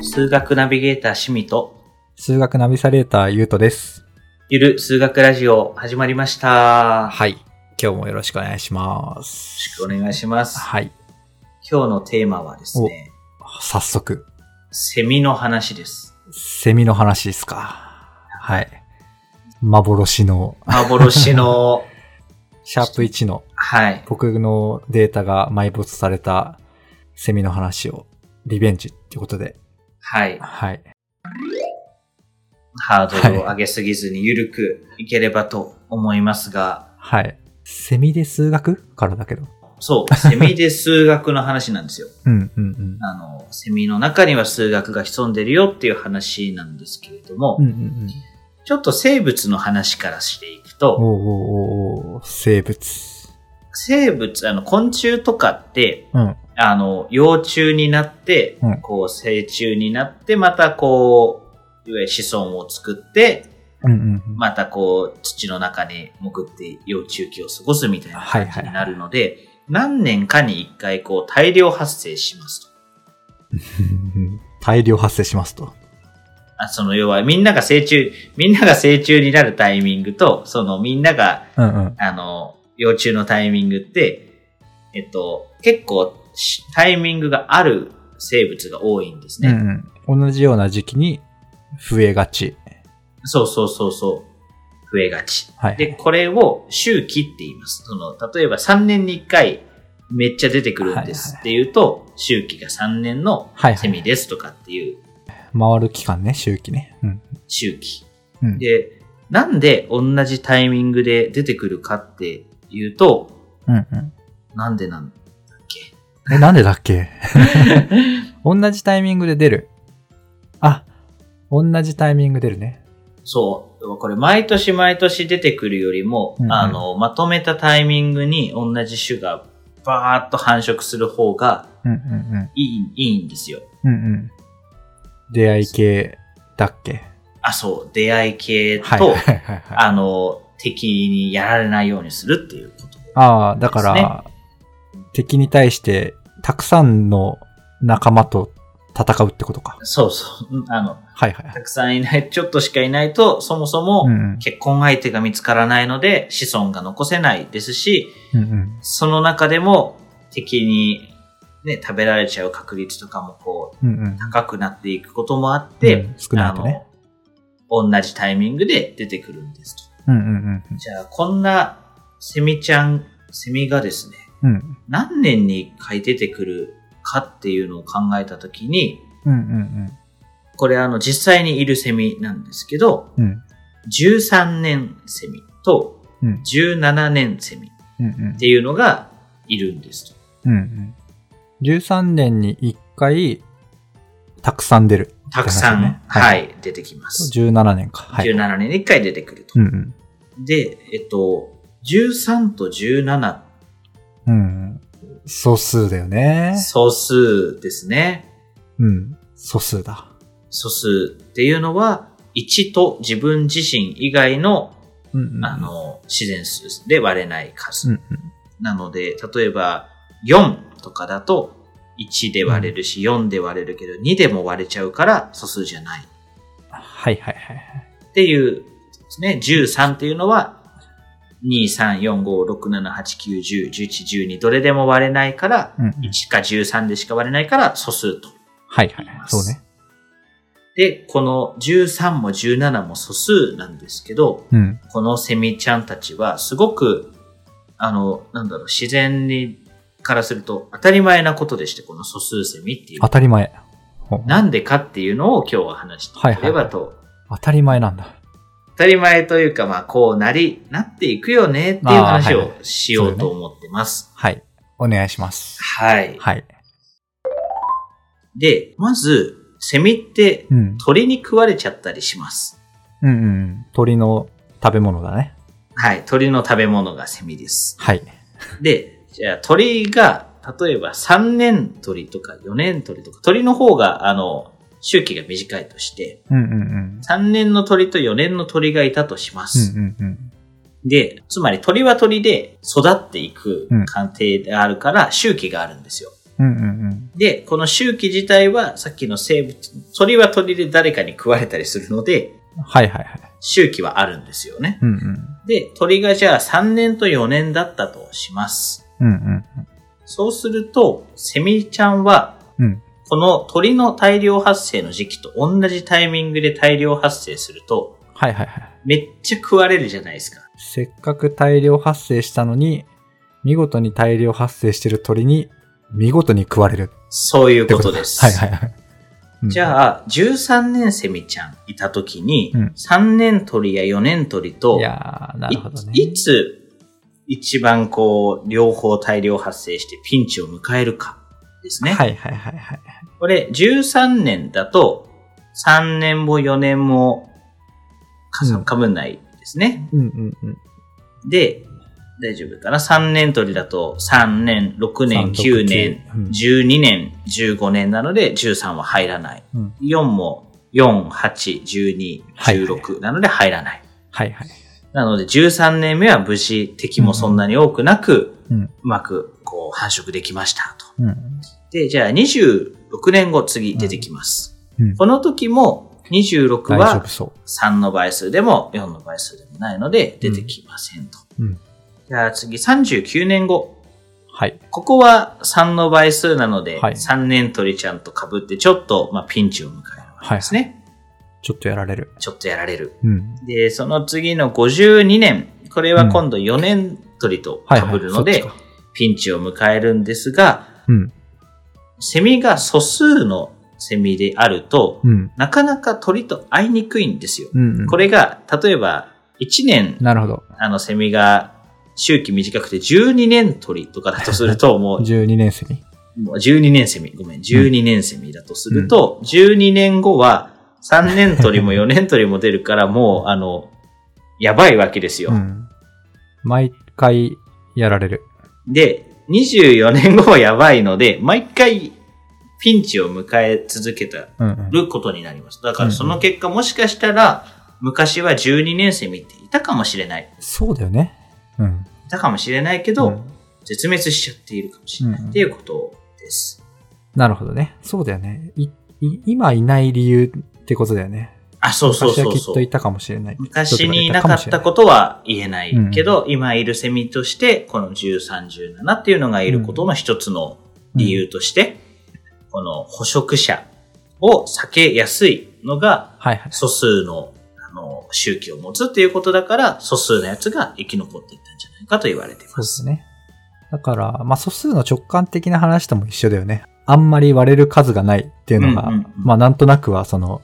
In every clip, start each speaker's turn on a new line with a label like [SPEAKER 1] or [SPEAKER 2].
[SPEAKER 1] 数学ナビゲーター趣味と、
[SPEAKER 2] 数学ナビサレーターゆうとです。
[SPEAKER 1] ゆる数学ラジオ始まりました。よろ
[SPEAKER 2] はい。今日もよろしくお願いします。
[SPEAKER 1] しくお願いします。
[SPEAKER 2] はい。
[SPEAKER 1] 今日のテーマはですね、
[SPEAKER 2] 早速、
[SPEAKER 1] セミの話です。
[SPEAKER 2] セミの話ですか。はい。幻の、
[SPEAKER 1] 幻 の、
[SPEAKER 2] シャープ1の
[SPEAKER 1] はい。
[SPEAKER 2] 僕のデータが埋没されたセミの話を、リベンジってことで、
[SPEAKER 1] はい。
[SPEAKER 2] はい。
[SPEAKER 1] ハードルを上げすぎずにゆるくいければと思いますが、
[SPEAKER 2] はい。セミで数学からだけど。
[SPEAKER 1] そう、セミで数学の話なん ですよ。
[SPEAKER 2] うん、うん、
[SPEAKER 1] あの、セミの中には数学が潜んでるよっていう話なんですけれども、
[SPEAKER 2] うん。うん、うん、うん。
[SPEAKER 1] ちょっと生物の話からしていくと、
[SPEAKER 2] おうおうおうおう生物。
[SPEAKER 1] 生物、あの、昆虫とかって、
[SPEAKER 2] うん。
[SPEAKER 1] あの、幼虫になって、
[SPEAKER 2] うん
[SPEAKER 1] こう、成虫になって、またこう、いわゆる子孫を作って、
[SPEAKER 2] うん、うんうん。
[SPEAKER 1] またこう、土の中に潜って幼虫期を過ごすみたいな
[SPEAKER 2] はい
[SPEAKER 1] 感
[SPEAKER 2] は
[SPEAKER 1] じ
[SPEAKER 2] い
[SPEAKER 1] になるので、何年かに一回こう、大量発生しますと。
[SPEAKER 2] 大量発生しますと。
[SPEAKER 1] あその、要は、みんなが成虫、みんなが成虫になるタイミングと、その、みんなが
[SPEAKER 2] うんうん。
[SPEAKER 1] あの、幼虫のタイミングって、えっと、結構しタイミングがある生物が多いんですね。
[SPEAKER 2] うんうん、同じような時期に増えがち。
[SPEAKER 1] そうそうそうそう。増えがち。
[SPEAKER 2] はい。
[SPEAKER 1] で、これを周期って言います。その、例えば3年に1回めっちゃ出てくるんですっていうと、周期が3年の
[SPEAKER 2] はい、は
[SPEAKER 1] セ
[SPEAKER 2] い。
[SPEAKER 1] ミですとかっていう
[SPEAKER 2] 回る期間ね、周期ね。うん。
[SPEAKER 1] 周期。
[SPEAKER 2] うん、
[SPEAKER 1] で、なんで同じタイミングで出てくるかっていうと、
[SPEAKER 2] うん、うん。
[SPEAKER 1] なんでなん
[SPEAKER 2] え、なんでだっ け同じタイミングで出る。あ、同じタイミング出るね。
[SPEAKER 1] そう。これ、毎年毎年出てくるよりも、
[SPEAKER 2] うんうん
[SPEAKER 1] あの、まとめたタイミングに同じ種がバーッと繁殖する方が
[SPEAKER 2] うん、うん、
[SPEAKER 1] いい、いいんですよ。
[SPEAKER 2] うん。うん、うん。出会い系だっけ
[SPEAKER 1] あ、そう。出会い系と、
[SPEAKER 2] はい、はい、はい。はい
[SPEAKER 1] あの、敵にやられないようにするっていうこと。
[SPEAKER 2] ああ、だか
[SPEAKER 1] です
[SPEAKER 2] ら、敵に対して、たくさんの仲間と戦うってことか。
[SPEAKER 1] そうそううん。あの、
[SPEAKER 2] はい、はい。はい
[SPEAKER 1] たくさんいない、ちょっとしかいないと、そもそも
[SPEAKER 2] うん、うん。
[SPEAKER 1] 結婚相手が見つからないので、子孫が残せないですし、
[SPEAKER 2] うん、うん。
[SPEAKER 1] その中でも敵に、ね、食べられちゃう確率とかもこう、
[SPEAKER 2] うん、うん。
[SPEAKER 1] 高くなっていくこともあって、
[SPEAKER 2] うん少ないとね
[SPEAKER 1] あの、同じタイミングで出てくるんですと。
[SPEAKER 2] うん、うん、うん。
[SPEAKER 1] じゃあ、こんなセミちゃん、セミがですね、
[SPEAKER 2] うん。
[SPEAKER 1] 何年に1回出てくるかっていうのを考えたときに、
[SPEAKER 2] うんうん
[SPEAKER 1] これあの、実際にいるセミなんですけど、
[SPEAKER 2] うん。うん。
[SPEAKER 1] 13年セミと
[SPEAKER 2] うん
[SPEAKER 1] 17年セミっ
[SPEAKER 2] うん
[SPEAKER 1] ていうのがいるんですと。
[SPEAKER 2] うん。うん。13年に1回、たくさん出る。
[SPEAKER 1] たくさん、
[SPEAKER 2] ですね
[SPEAKER 1] は、
[SPEAKER 2] はい
[SPEAKER 1] 出てきます。
[SPEAKER 2] 17年か。はい。
[SPEAKER 1] 17年に1回出てくると。
[SPEAKER 2] うんうん。
[SPEAKER 1] で、えっと、13と17っ
[SPEAKER 2] うんうん。素数だよね。
[SPEAKER 1] 素数ですね。
[SPEAKER 2] うん。素数だ。
[SPEAKER 1] 素数っていうのは、1と自分自身以外の、
[SPEAKER 2] うんうん。
[SPEAKER 1] あ、の、自然数で割れない数。
[SPEAKER 2] うんうん。
[SPEAKER 1] なので、例えば、4とかだと、1で割れるし、4で割れるけど、2でも割れちゃうから素数じゃない。
[SPEAKER 2] はいはいはい。
[SPEAKER 1] っていう、ですね。13っていうのは、2、3、4、5、6、7、8、9、10、11、12、どれでも割れないから、
[SPEAKER 2] うんうん。
[SPEAKER 1] 1か13でしか割れないから素数と。
[SPEAKER 2] はいはい。そうね。
[SPEAKER 1] で、この13も17も素数なんですけど、
[SPEAKER 2] うん。
[SPEAKER 1] このセミちゃんたちはすごく、あの、なんだろう、自然に、からすると当たり前なことでして、この素数セミっていう
[SPEAKER 2] 当。たり前。ほ
[SPEAKER 1] なんでかっていうのを今日は話していければと。
[SPEAKER 2] 当たり前なんだ。
[SPEAKER 1] 当たり前というか、まあ、こうなり、なっていくよねっていう
[SPEAKER 2] あーは
[SPEAKER 1] 話
[SPEAKER 2] いはい
[SPEAKER 1] をしようと思ってます。
[SPEAKER 2] はい。お願いします。
[SPEAKER 1] はい。
[SPEAKER 2] はい。
[SPEAKER 1] で、まず、セミって
[SPEAKER 2] うん。
[SPEAKER 1] 鳥に食われちゃったりします。
[SPEAKER 2] うんうん。鳥の食べ物だね。
[SPEAKER 1] はい。鳥の食べ物がセミです。
[SPEAKER 2] はい。
[SPEAKER 1] で、じゃあ鳥が、例えば3年鳥とか4年鳥とか、鳥の方が、あの、周期が短いとして、
[SPEAKER 2] うんうんうん。
[SPEAKER 1] 3年の鳥と4年の鳥がいたとしま
[SPEAKER 2] う
[SPEAKER 1] す。
[SPEAKER 2] んうんうん。
[SPEAKER 1] で、つまり鳥は鳥で育っていく過程であるから周期があるんですよ。
[SPEAKER 2] うんうんうん。
[SPEAKER 1] で、この周期自体はさっきの生物、鳥は鳥で誰かに食われたりするので、
[SPEAKER 2] はいはいはい。
[SPEAKER 1] 周期はあるんですよね。
[SPEAKER 2] うんうん。
[SPEAKER 1] で、鳥がじゃあ3年と4年だったとします。
[SPEAKER 2] うんうん。
[SPEAKER 1] そうすると、セミちゃんは、
[SPEAKER 2] うん
[SPEAKER 1] この鳥の大量発生の時期と同じタイミングで大量発生すると、
[SPEAKER 2] はいはいはい。
[SPEAKER 1] めっちゃ食われるじゃないですか。
[SPEAKER 2] せっかく大量発生したのに、見事に大量発生してる鳥に、見事に食われる
[SPEAKER 1] そういう
[SPEAKER 2] って
[SPEAKER 1] こ
[SPEAKER 2] ことと
[SPEAKER 1] です。
[SPEAKER 2] はいはいはい。うん
[SPEAKER 1] じゃあ、13年セミちゃんいた時に、
[SPEAKER 2] うん
[SPEAKER 1] 3年鳥や4年鳥と
[SPEAKER 2] い、やー、ないるほどね。
[SPEAKER 1] いつ一番こう、両方大量発生してピンチを迎えるかですね。
[SPEAKER 2] はいはいはいはい。
[SPEAKER 1] これ13年だと3年も4年もかさ
[SPEAKER 2] うん
[SPEAKER 1] かぶんないですね。
[SPEAKER 2] うんうんうん。
[SPEAKER 1] で、大丈夫かな ?3 年取りだと3年、6年、
[SPEAKER 2] 3
[SPEAKER 1] 9年、
[SPEAKER 2] うん
[SPEAKER 1] 12年、15年なので13は入らない。
[SPEAKER 2] うん
[SPEAKER 1] 4も4、8、12、
[SPEAKER 2] はいはい
[SPEAKER 1] 16なので入らない。
[SPEAKER 2] はいはい。
[SPEAKER 1] なので13年目は無事敵もそんなに多くなく、う
[SPEAKER 2] うん
[SPEAKER 1] まくこう繁殖できましたと。
[SPEAKER 2] うん。
[SPEAKER 1] で、じゃあ26年後次出てきます。
[SPEAKER 2] うん
[SPEAKER 1] この時も26
[SPEAKER 2] 大丈
[SPEAKER 1] は
[SPEAKER 2] 夫そ
[SPEAKER 1] 3の倍数でも4の倍数でもないので出てきませんと。
[SPEAKER 2] うん
[SPEAKER 1] じゃあ次39年後。
[SPEAKER 2] う。はい。
[SPEAKER 1] ここは3の倍数なので、
[SPEAKER 2] はい
[SPEAKER 1] 3年鳥ちゃんと被ってちょっと、まあ、ピンチを迎えるわけですね、
[SPEAKER 2] ちょっとやられる。
[SPEAKER 1] ちょっとやられる。
[SPEAKER 2] うん。
[SPEAKER 1] で、その次の52年。これは今度4年鳥と
[SPEAKER 2] はいはい。
[SPEAKER 1] 被るので、
[SPEAKER 2] そっちか
[SPEAKER 1] ピンチを迎えるんですが、
[SPEAKER 2] うん。
[SPEAKER 1] セミが素数のセミであると、
[SPEAKER 2] うん。
[SPEAKER 1] なかなか鳥と会いにくいんですよ。
[SPEAKER 2] うん、うん。
[SPEAKER 1] これが、例えば、1年、
[SPEAKER 2] なるほど。
[SPEAKER 1] あの、セミが、周期短くて12年鳥とかだとする と、も
[SPEAKER 2] 12年生に。
[SPEAKER 1] う、もう12年セミ、ごめん、12年セミだとすると、12年後は、3年鳥も4年鳥も出る から、もう、あの、やばいわけですよ
[SPEAKER 2] う。ん。毎回やられる。
[SPEAKER 1] で、24年後はやばいので、毎回、ピンチを迎え続けた
[SPEAKER 2] うん、うん。
[SPEAKER 1] ることになります。だからその結果もしかしたら、昔は12年生見ていたかもしれない。
[SPEAKER 2] そうだよね。うん。
[SPEAKER 1] いたかもしれないけど、絶滅しちゃっているかもしれない、
[SPEAKER 2] うん
[SPEAKER 1] っていうことです。
[SPEAKER 2] なるほどね。そうだよね。い、い今いない理由ってことだよね。
[SPEAKER 1] あ、そうそうそ
[SPEAKER 2] 昔は
[SPEAKER 1] う
[SPEAKER 2] きっ
[SPEAKER 1] そ
[SPEAKER 2] と
[SPEAKER 1] う
[SPEAKER 2] い。たかもしれない。
[SPEAKER 1] 昔にいなかったことは言えないけど、今いるセミとして、この13、17っていうのがいることの一つの理由として、この捕食者を避けやすいのが
[SPEAKER 2] はいはい。
[SPEAKER 1] 素数のあの周期を持つっていうことだから、素数のやつが生き残っていったんじゃないかと言われてい
[SPEAKER 2] そう
[SPEAKER 1] ま。
[SPEAKER 2] ですすね。だから、まあ素数の直感的な話とも一緒だよね。あんまり割れる数がないっていうの
[SPEAKER 1] う
[SPEAKER 2] が、
[SPEAKER 1] んうんうん
[SPEAKER 2] まあなんとなくはその、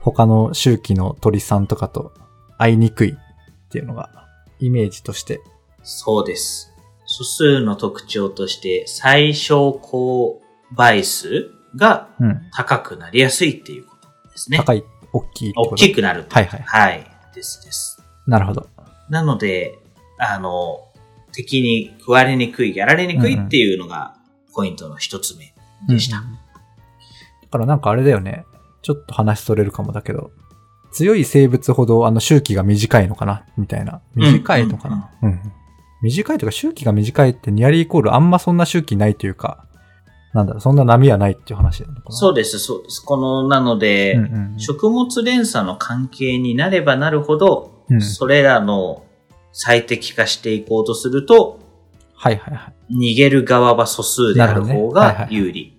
[SPEAKER 2] 他の周期の鳥さんとかと会いにくいっていうのが、イメージとして。
[SPEAKER 1] そうです。素数の特徴として、最小公倍数が
[SPEAKER 2] うん。
[SPEAKER 1] 高くなりやすいっていうことですね。
[SPEAKER 2] 高い、大きいってこと。
[SPEAKER 1] 大き
[SPEAKER 2] く。
[SPEAKER 1] くなると。
[SPEAKER 2] はいはい。
[SPEAKER 1] はい。ですです。
[SPEAKER 2] なるほど。
[SPEAKER 1] なので、あの、敵に食われにくい、やられにくいっていうのがポイントの一つ目でした。
[SPEAKER 2] うんだからなんかあれだよね。ちょっと話それるかもだけど、強い生物ほどあの周期が短いのかなみたいな。
[SPEAKER 1] ん
[SPEAKER 2] 短いのかな、うん、短いというか周期が短いってニアリーイコールあんまそんな周期ないというか、なんだろう、そんな波はないっていう話なのかな
[SPEAKER 1] そう
[SPEAKER 2] う
[SPEAKER 1] です。そうです。この、なので、
[SPEAKER 2] んうんうん
[SPEAKER 1] 食物連鎖の関係になればなるほど、
[SPEAKER 2] うん
[SPEAKER 1] それらの最適化していこうとすると、
[SPEAKER 2] はいはいはい。
[SPEAKER 1] 逃げる側は素数である方
[SPEAKER 2] なるほどねはいは
[SPEAKER 1] が
[SPEAKER 2] いはい
[SPEAKER 1] 有利。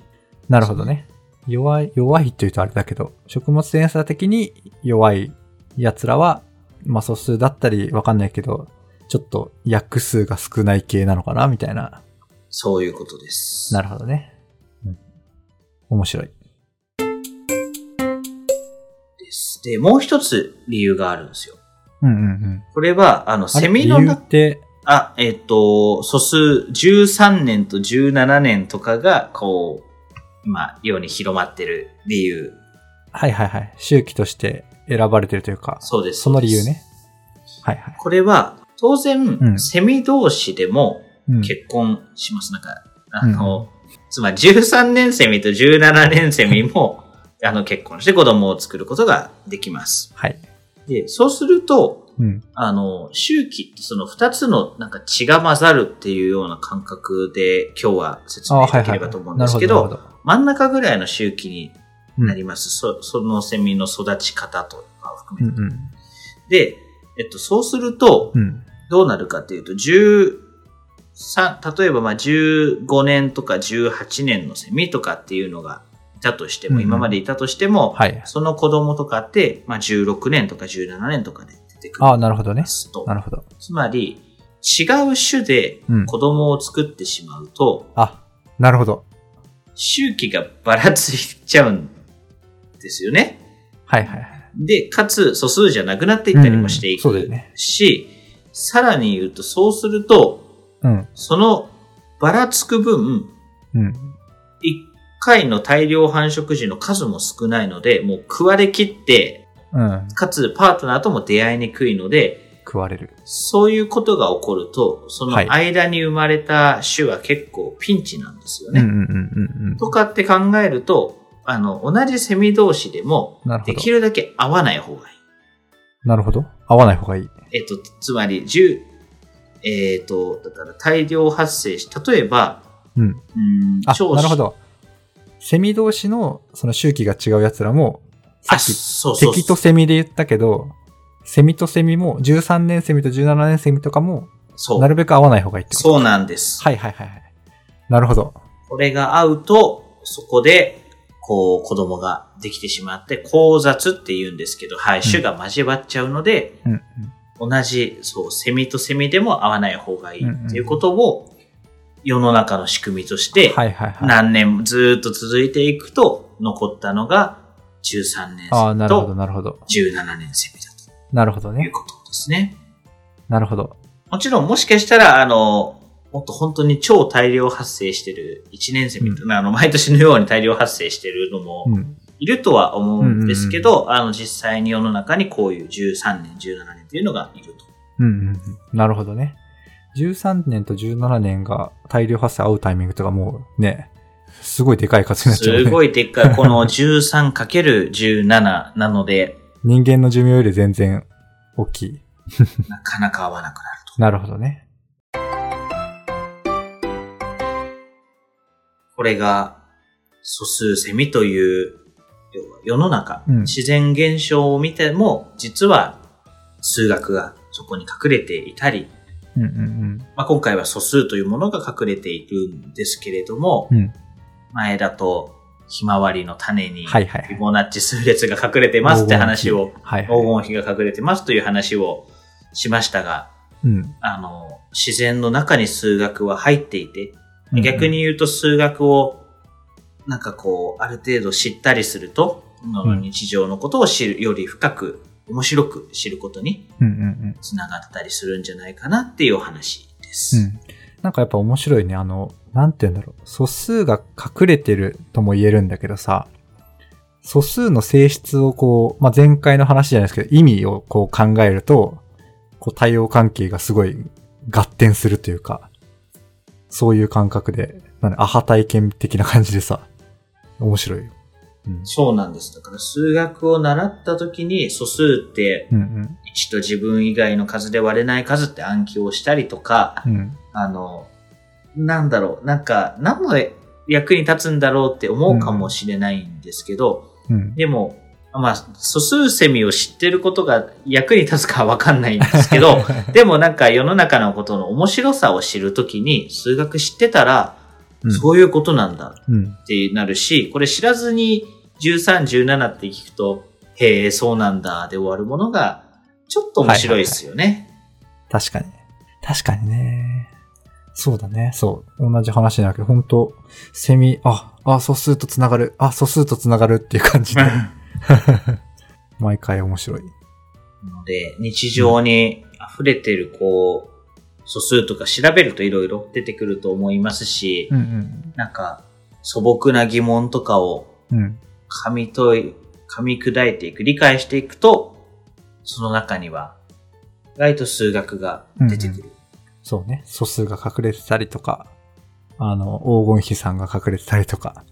[SPEAKER 2] なるほどね。弱い、弱いって言うとあれだけど、食物連鎖的に弱い奴らは、まあ素数だったりわかんないけど、ちょっと薬数が少ない系なのかなみたいな
[SPEAKER 1] そういうことです。
[SPEAKER 2] なるほどね。面白い。
[SPEAKER 1] です。で、もう一つ理由があるんですよ。
[SPEAKER 2] うんうんうん。
[SPEAKER 1] これは、あの、
[SPEAKER 2] あれ
[SPEAKER 1] セミの
[SPEAKER 2] 理由っ
[SPEAKER 1] 中、
[SPEAKER 2] て、
[SPEAKER 1] あ、えっ、と、素数13年と17年とかが、こう、今、世に広まってる理由。
[SPEAKER 2] はいはいはい。周期として選ばれてるというか、
[SPEAKER 1] そうです。
[SPEAKER 2] その理
[SPEAKER 1] そ
[SPEAKER 2] 由
[SPEAKER 1] うです。
[SPEAKER 2] ね。はいはい。
[SPEAKER 1] これは、当然、
[SPEAKER 2] うん
[SPEAKER 1] セミ同士でも、
[SPEAKER 2] うん、
[SPEAKER 1] 結婚します。なんか、あの、つまり13年セミと17年セミも、 あの、結婚して子供を作ることができます。
[SPEAKER 2] はい。
[SPEAKER 1] で、そうすると、
[SPEAKER 2] うん。
[SPEAKER 1] あの、周期ってその二つのなんか血が混ざるっていうような感覚で今日は説明できればと思うんですけ
[SPEAKER 2] なるほ
[SPEAKER 1] ど、
[SPEAKER 2] どなるほ
[SPEAKER 1] 真ん中ぐらいの周期に
[SPEAKER 2] ど。
[SPEAKER 1] なります。そそのセミの育ち方とかを含め
[SPEAKER 2] うん
[SPEAKER 1] て。
[SPEAKER 2] うん
[SPEAKER 1] で、えっと、そうすると
[SPEAKER 2] う、ん。
[SPEAKER 1] どうなるかっていうと、13、例えばまあ15年とか18年のセミとかっていうのがいたとしても、
[SPEAKER 2] うん
[SPEAKER 1] 今までいたとしても、
[SPEAKER 2] はい。
[SPEAKER 1] その子供とかって、まあ、16年とか17年とかで出てく
[SPEAKER 2] あ
[SPEAKER 1] る
[SPEAKER 2] あ、なるほどね
[SPEAKER 1] で。すと
[SPEAKER 2] な。るほど。
[SPEAKER 1] つまり、違う種で
[SPEAKER 2] うん
[SPEAKER 1] 子供を作ってしまうと、
[SPEAKER 2] あ、なるほど。
[SPEAKER 1] 周期がばらついちゃうんですよね。
[SPEAKER 2] はいはいはい。
[SPEAKER 1] で、かつ素数じゃなくなっていったりもしてい
[SPEAKER 2] うんそうだよ
[SPEAKER 1] く
[SPEAKER 2] ね。
[SPEAKER 1] し、さらに言うと、そうすると、
[SPEAKER 2] うん。
[SPEAKER 1] そのばらつく分、
[SPEAKER 2] うん。
[SPEAKER 1] 一回の大量繁殖時の数も少ないので、もう食われきって、
[SPEAKER 2] うん。
[SPEAKER 1] かつパートナーとも出会いにくいので、
[SPEAKER 2] 食われる。
[SPEAKER 1] そういうことが起こると、その間に生まれた種は結構ピンチなんですよ
[SPEAKER 2] うん
[SPEAKER 1] ね。
[SPEAKER 2] うんうんうんうん。
[SPEAKER 1] とかって考えると、あの、同じセミ同士でも、
[SPEAKER 2] なるほ
[SPEAKER 1] で
[SPEAKER 2] ど
[SPEAKER 1] き。るだけ合わない方がい
[SPEAKER 2] なるほど。合わない方がいい。
[SPEAKER 1] い。えっと、つまり、10、えっ、と、だから大量発生し、例えば、
[SPEAKER 2] うん。
[SPEAKER 1] うん
[SPEAKER 2] あ、
[SPEAKER 1] 超
[SPEAKER 2] なるほど。セミ同士のその周期が違うやつらも、
[SPEAKER 1] あ、
[SPEAKER 2] さっき
[SPEAKER 1] そうそうそう
[SPEAKER 2] 敵とセミで言ったけど、セミとセミも、13年セミと17年セミとかも、
[SPEAKER 1] そう
[SPEAKER 2] なるべく合わない方がいいってこと
[SPEAKER 1] そうなんです。
[SPEAKER 2] はいはいはいはい。なるほど。
[SPEAKER 1] これが合うと、そこで、こう、子供ができてしまって、交雑って言うんですけど、はい、種が交わっちゃうので、
[SPEAKER 2] うんうん。
[SPEAKER 1] 同じ、そう、セミとセミでも合わない方がいいっていうことを、世の中の仕組みとして、
[SPEAKER 2] はいはいはい。
[SPEAKER 1] 何年もずーっと続いていくと、残ったのが、13年
[SPEAKER 2] あ
[SPEAKER 1] 生
[SPEAKER 2] あ、なるほど
[SPEAKER 1] と
[SPEAKER 2] なるほど。
[SPEAKER 1] 17年セミだ
[SPEAKER 2] なるほど
[SPEAKER 1] という
[SPEAKER 2] ね。
[SPEAKER 1] ことですね。
[SPEAKER 2] なるほど。
[SPEAKER 1] もちろん、もしかしたら、あの、もっと本当に超大量発生してる1年生みたいな、あの、毎年のように大量発生してるのも
[SPEAKER 2] うん。
[SPEAKER 1] いるとは思うんですけど、あの、実際に世の中にこういう13年、17年っていうのがいる と。
[SPEAKER 2] うんうんうん。なるほどね。13年と17年が大量発生合うタイミングとかもうね、すごいでかい数になっちゃう、ね。
[SPEAKER 1] すごいでっかい、この 13×17 なので、
[SPEAKER 2] 人間の寿命より全然大きい。
[SPEAKER 1] なかなか合わなくなると。
[SPEAKER 2] なるほどね。
[SPEAKER 1] これが、素数セミという、要は世の中、
[SPEAKER 2] うん
[SPEAKER 1] 自然現象を見ても、実は数学がそこに隠れていたり、
[SPEAKER 2] うんうん
[SPEAKER 1] まあ、今回は素数というものが隠れているんですけれども、
[SPEAKER 2] うん
[SPEAKER 1] 前だとひまわりの種に
[SPEAKER 2] うん。はいはいはい。
[SPEAKER 1] フィボナッチ数列が隠れてますって話を、
[SPEAKER 2] はいはい。
[SPEAKER 1] 黄金比が隠れてますという話をしましたが、
[SPEAKER 2] うん
[SPEAKER 1] あの、自然の中に数学は入っていて、
[SPEAKER 2] うん。
[SPEAKER 1] 逆に言うと数学をなんかこう、ある程度知ったりすると、今の日常のことを知るより深く、面白く知ることに
[SPEAKER 2] うんうんうん。
[SPEAKER 1] つながったりするんじゃないかなっていうお話です。
[SPEAKER 2] うん。なんかやっぱ面白いね。あの、なんて言うんだろう。素数が隠れてるとも言えるんだけどさ、素数の性質をこう、まあ、前回の話じゃないですけど、意味をこう考えると、こう対応関係がすごい合点するというか、そういう感覚で、なんでアハ体験的な感じでさ、面白いよ。うん。
[SPEAKER 1] そうなんです。だから数学を習った時に素数って
[SPEAKER 2] うん
[SPEAKER 1] 1と自分以外の数で割れない数って暗記をしたりとか、
[SPEAKER 2] うん。うん。
[SPEAKER 1] あの、なんだろう、なんか何の役に立つんだろうって思うかもしれないんですけど、
[SPEAKER 2] うん。
[SPEAKER 1] でも、まあ、素数セミを知ってることが役に立つかはわかんないんですけ ど、でもなんか世の中のことの面白さを知るときに数学知ってたら、
[SPEAKER 2] うん
[SPEAKER 1] そういうことなんだ
[SPEAKER 2] うん。
[SPEAKER 1] ってなるし、これ知らずに13、17って聞くと、へえ、そうなんだで終わるものが、ちょっと面白いですよね。
[SPEAKER 2] 確かに。確かにね。そうだね。そう。同じ話だけど、本当セミ、あ、あ、素数とつながる、あ、素数とつながるっていう感 じで。毎回面白い。
[SPEAKER 1] なの で、日常に溢れてる、こう、素数とか調べるといろいろ出てくると思いますし、
[SPEAKER 2] ん
[SPEAKER 1] なんか、素朴な疑問とかを
[SPEAKER 2] うん。うん。
[SPEAKER 1] 噛み解い、噛み砕いていく、理解していくと、その中には、意外と数学が出てくる。
[SPEAKER 2] そうね。素数が隠れてたりとか、あの、黄金比さんが隠れてたりとか、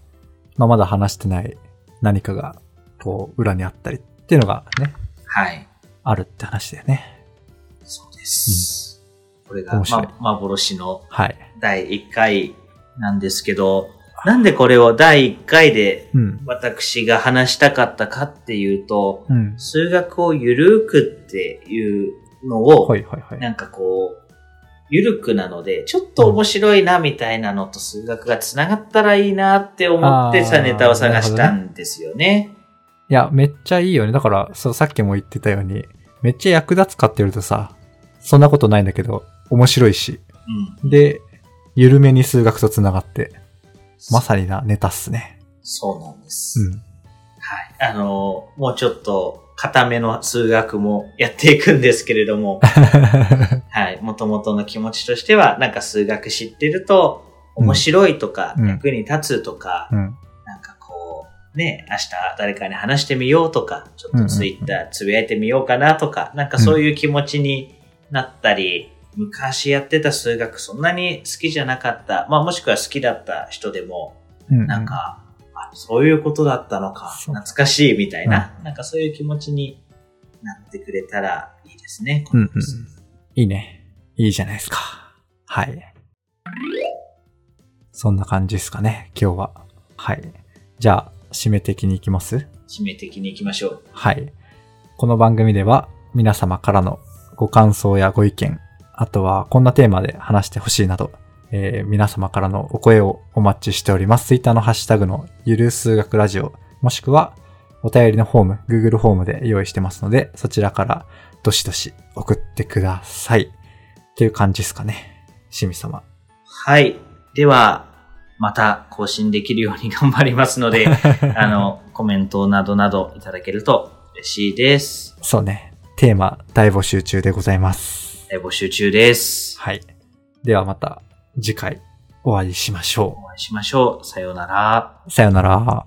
[SPEAKER 2] まあ、まだ話してない何かが、こう、裏にあったりっていうのがね、
[SPEAKER 1] はい。
[SPEAKER 2] あるって話だよね。
[SPEAKER 1] です。これが、
[SPEAKER 2] 面白い
[SPEAKER 1] ま、幻の
[SPEAKER 2] はい。
[SPEAKER 1] 第1回なんですけど、なんでこれを第1回で
[SPEAKER 2] うん。
[SPEAKER 1] 私が話したかったかっていうと、
[SPEAKER 2] うん。
[SPEAKER 1] 数学をゆるくっていうのを、
[SPEAKER 2] はいはいは。
[SPEAKER 1] ないんかこう、ゆるくなので、ちょっと面白いなみたいなのと数学がつながったらいいなって思ってさ、
[SPEAKER 2] あー
[SPEAKER 1] ネタを探したんですよね。
[SPEAKER 2] いや、めっちゃいいよね。だから、そう、さっきも言ってたように、めっちゃ役立つかって言うとさ、そんなことないんだけど、面白いし。
[SPEAKER 1] うん。
[SPEAKER 2] で、緩めに数学と繋がって、まさにな、ネタっすね。
[SPEAKER 1] そうなんです。
[SPEAKER 2] うん。
[SPEAKER 1] はい。あのーもうちょっと、固めの数学もやっていくんですけれども、はい。元々の気持ちとしては、なんか数学知ってると、面白いとか、
[SPEAKER 2] うん
[SPEAKER 1] 役に立つとか、
[SPEAKER 2] うん。
[SPEAKER 1] なんかこう、ね、明日誰かに話してみようとか、ちょっとツイッターつぶやいてみようかなとか、なんかそういう気持ちになったり、昔やってた数学そんなに好きじゃなかった、まあもしくは好きだった人でも、
[SPEAKER 2] うん。
[SPEAKER 1] なんか、あそういうことだったのか、
[SPEAKER 2] そう
[SPEAKER 1] 懐かしいみたいな、なんかそういう気持ちになってくれたらいいですね。
[SPEAKER 2] うんうんいいね。いいじゃないですか。はい。そんな感じですかね、今日は。はい。じゃあ、締め的に行きます
[SPEAKER 1] 締め的に行きましょう。
[SPEAKER 2] はい。この番組では、皆様からのご感想やご意見、あとはこんなテーマで話してほしいなど、えー皆様からのお声をお待ちしております。Twitter のハッシュタグのゆる数学ラジオ、もしくはお便りのフォーム、Google フォームで用意してますので、そちらからどしどし送ってください。っていう感じですかね。しみ様。
[SPEAKER 1] はい。では、また更新できるように頑張りますので、あの、コメントなどなどいただけると嬉しいです。
[SPEAKER 2] そうね。テーマ大募集中でございます。
[SPEAKER 1] え募集中です。
[SPEAKER 2] はい。ではまた次回お会いしましょ
[SPEAKER 1] お会いしましょう。さようなら。
[SPEAKER 2] う。さよなら。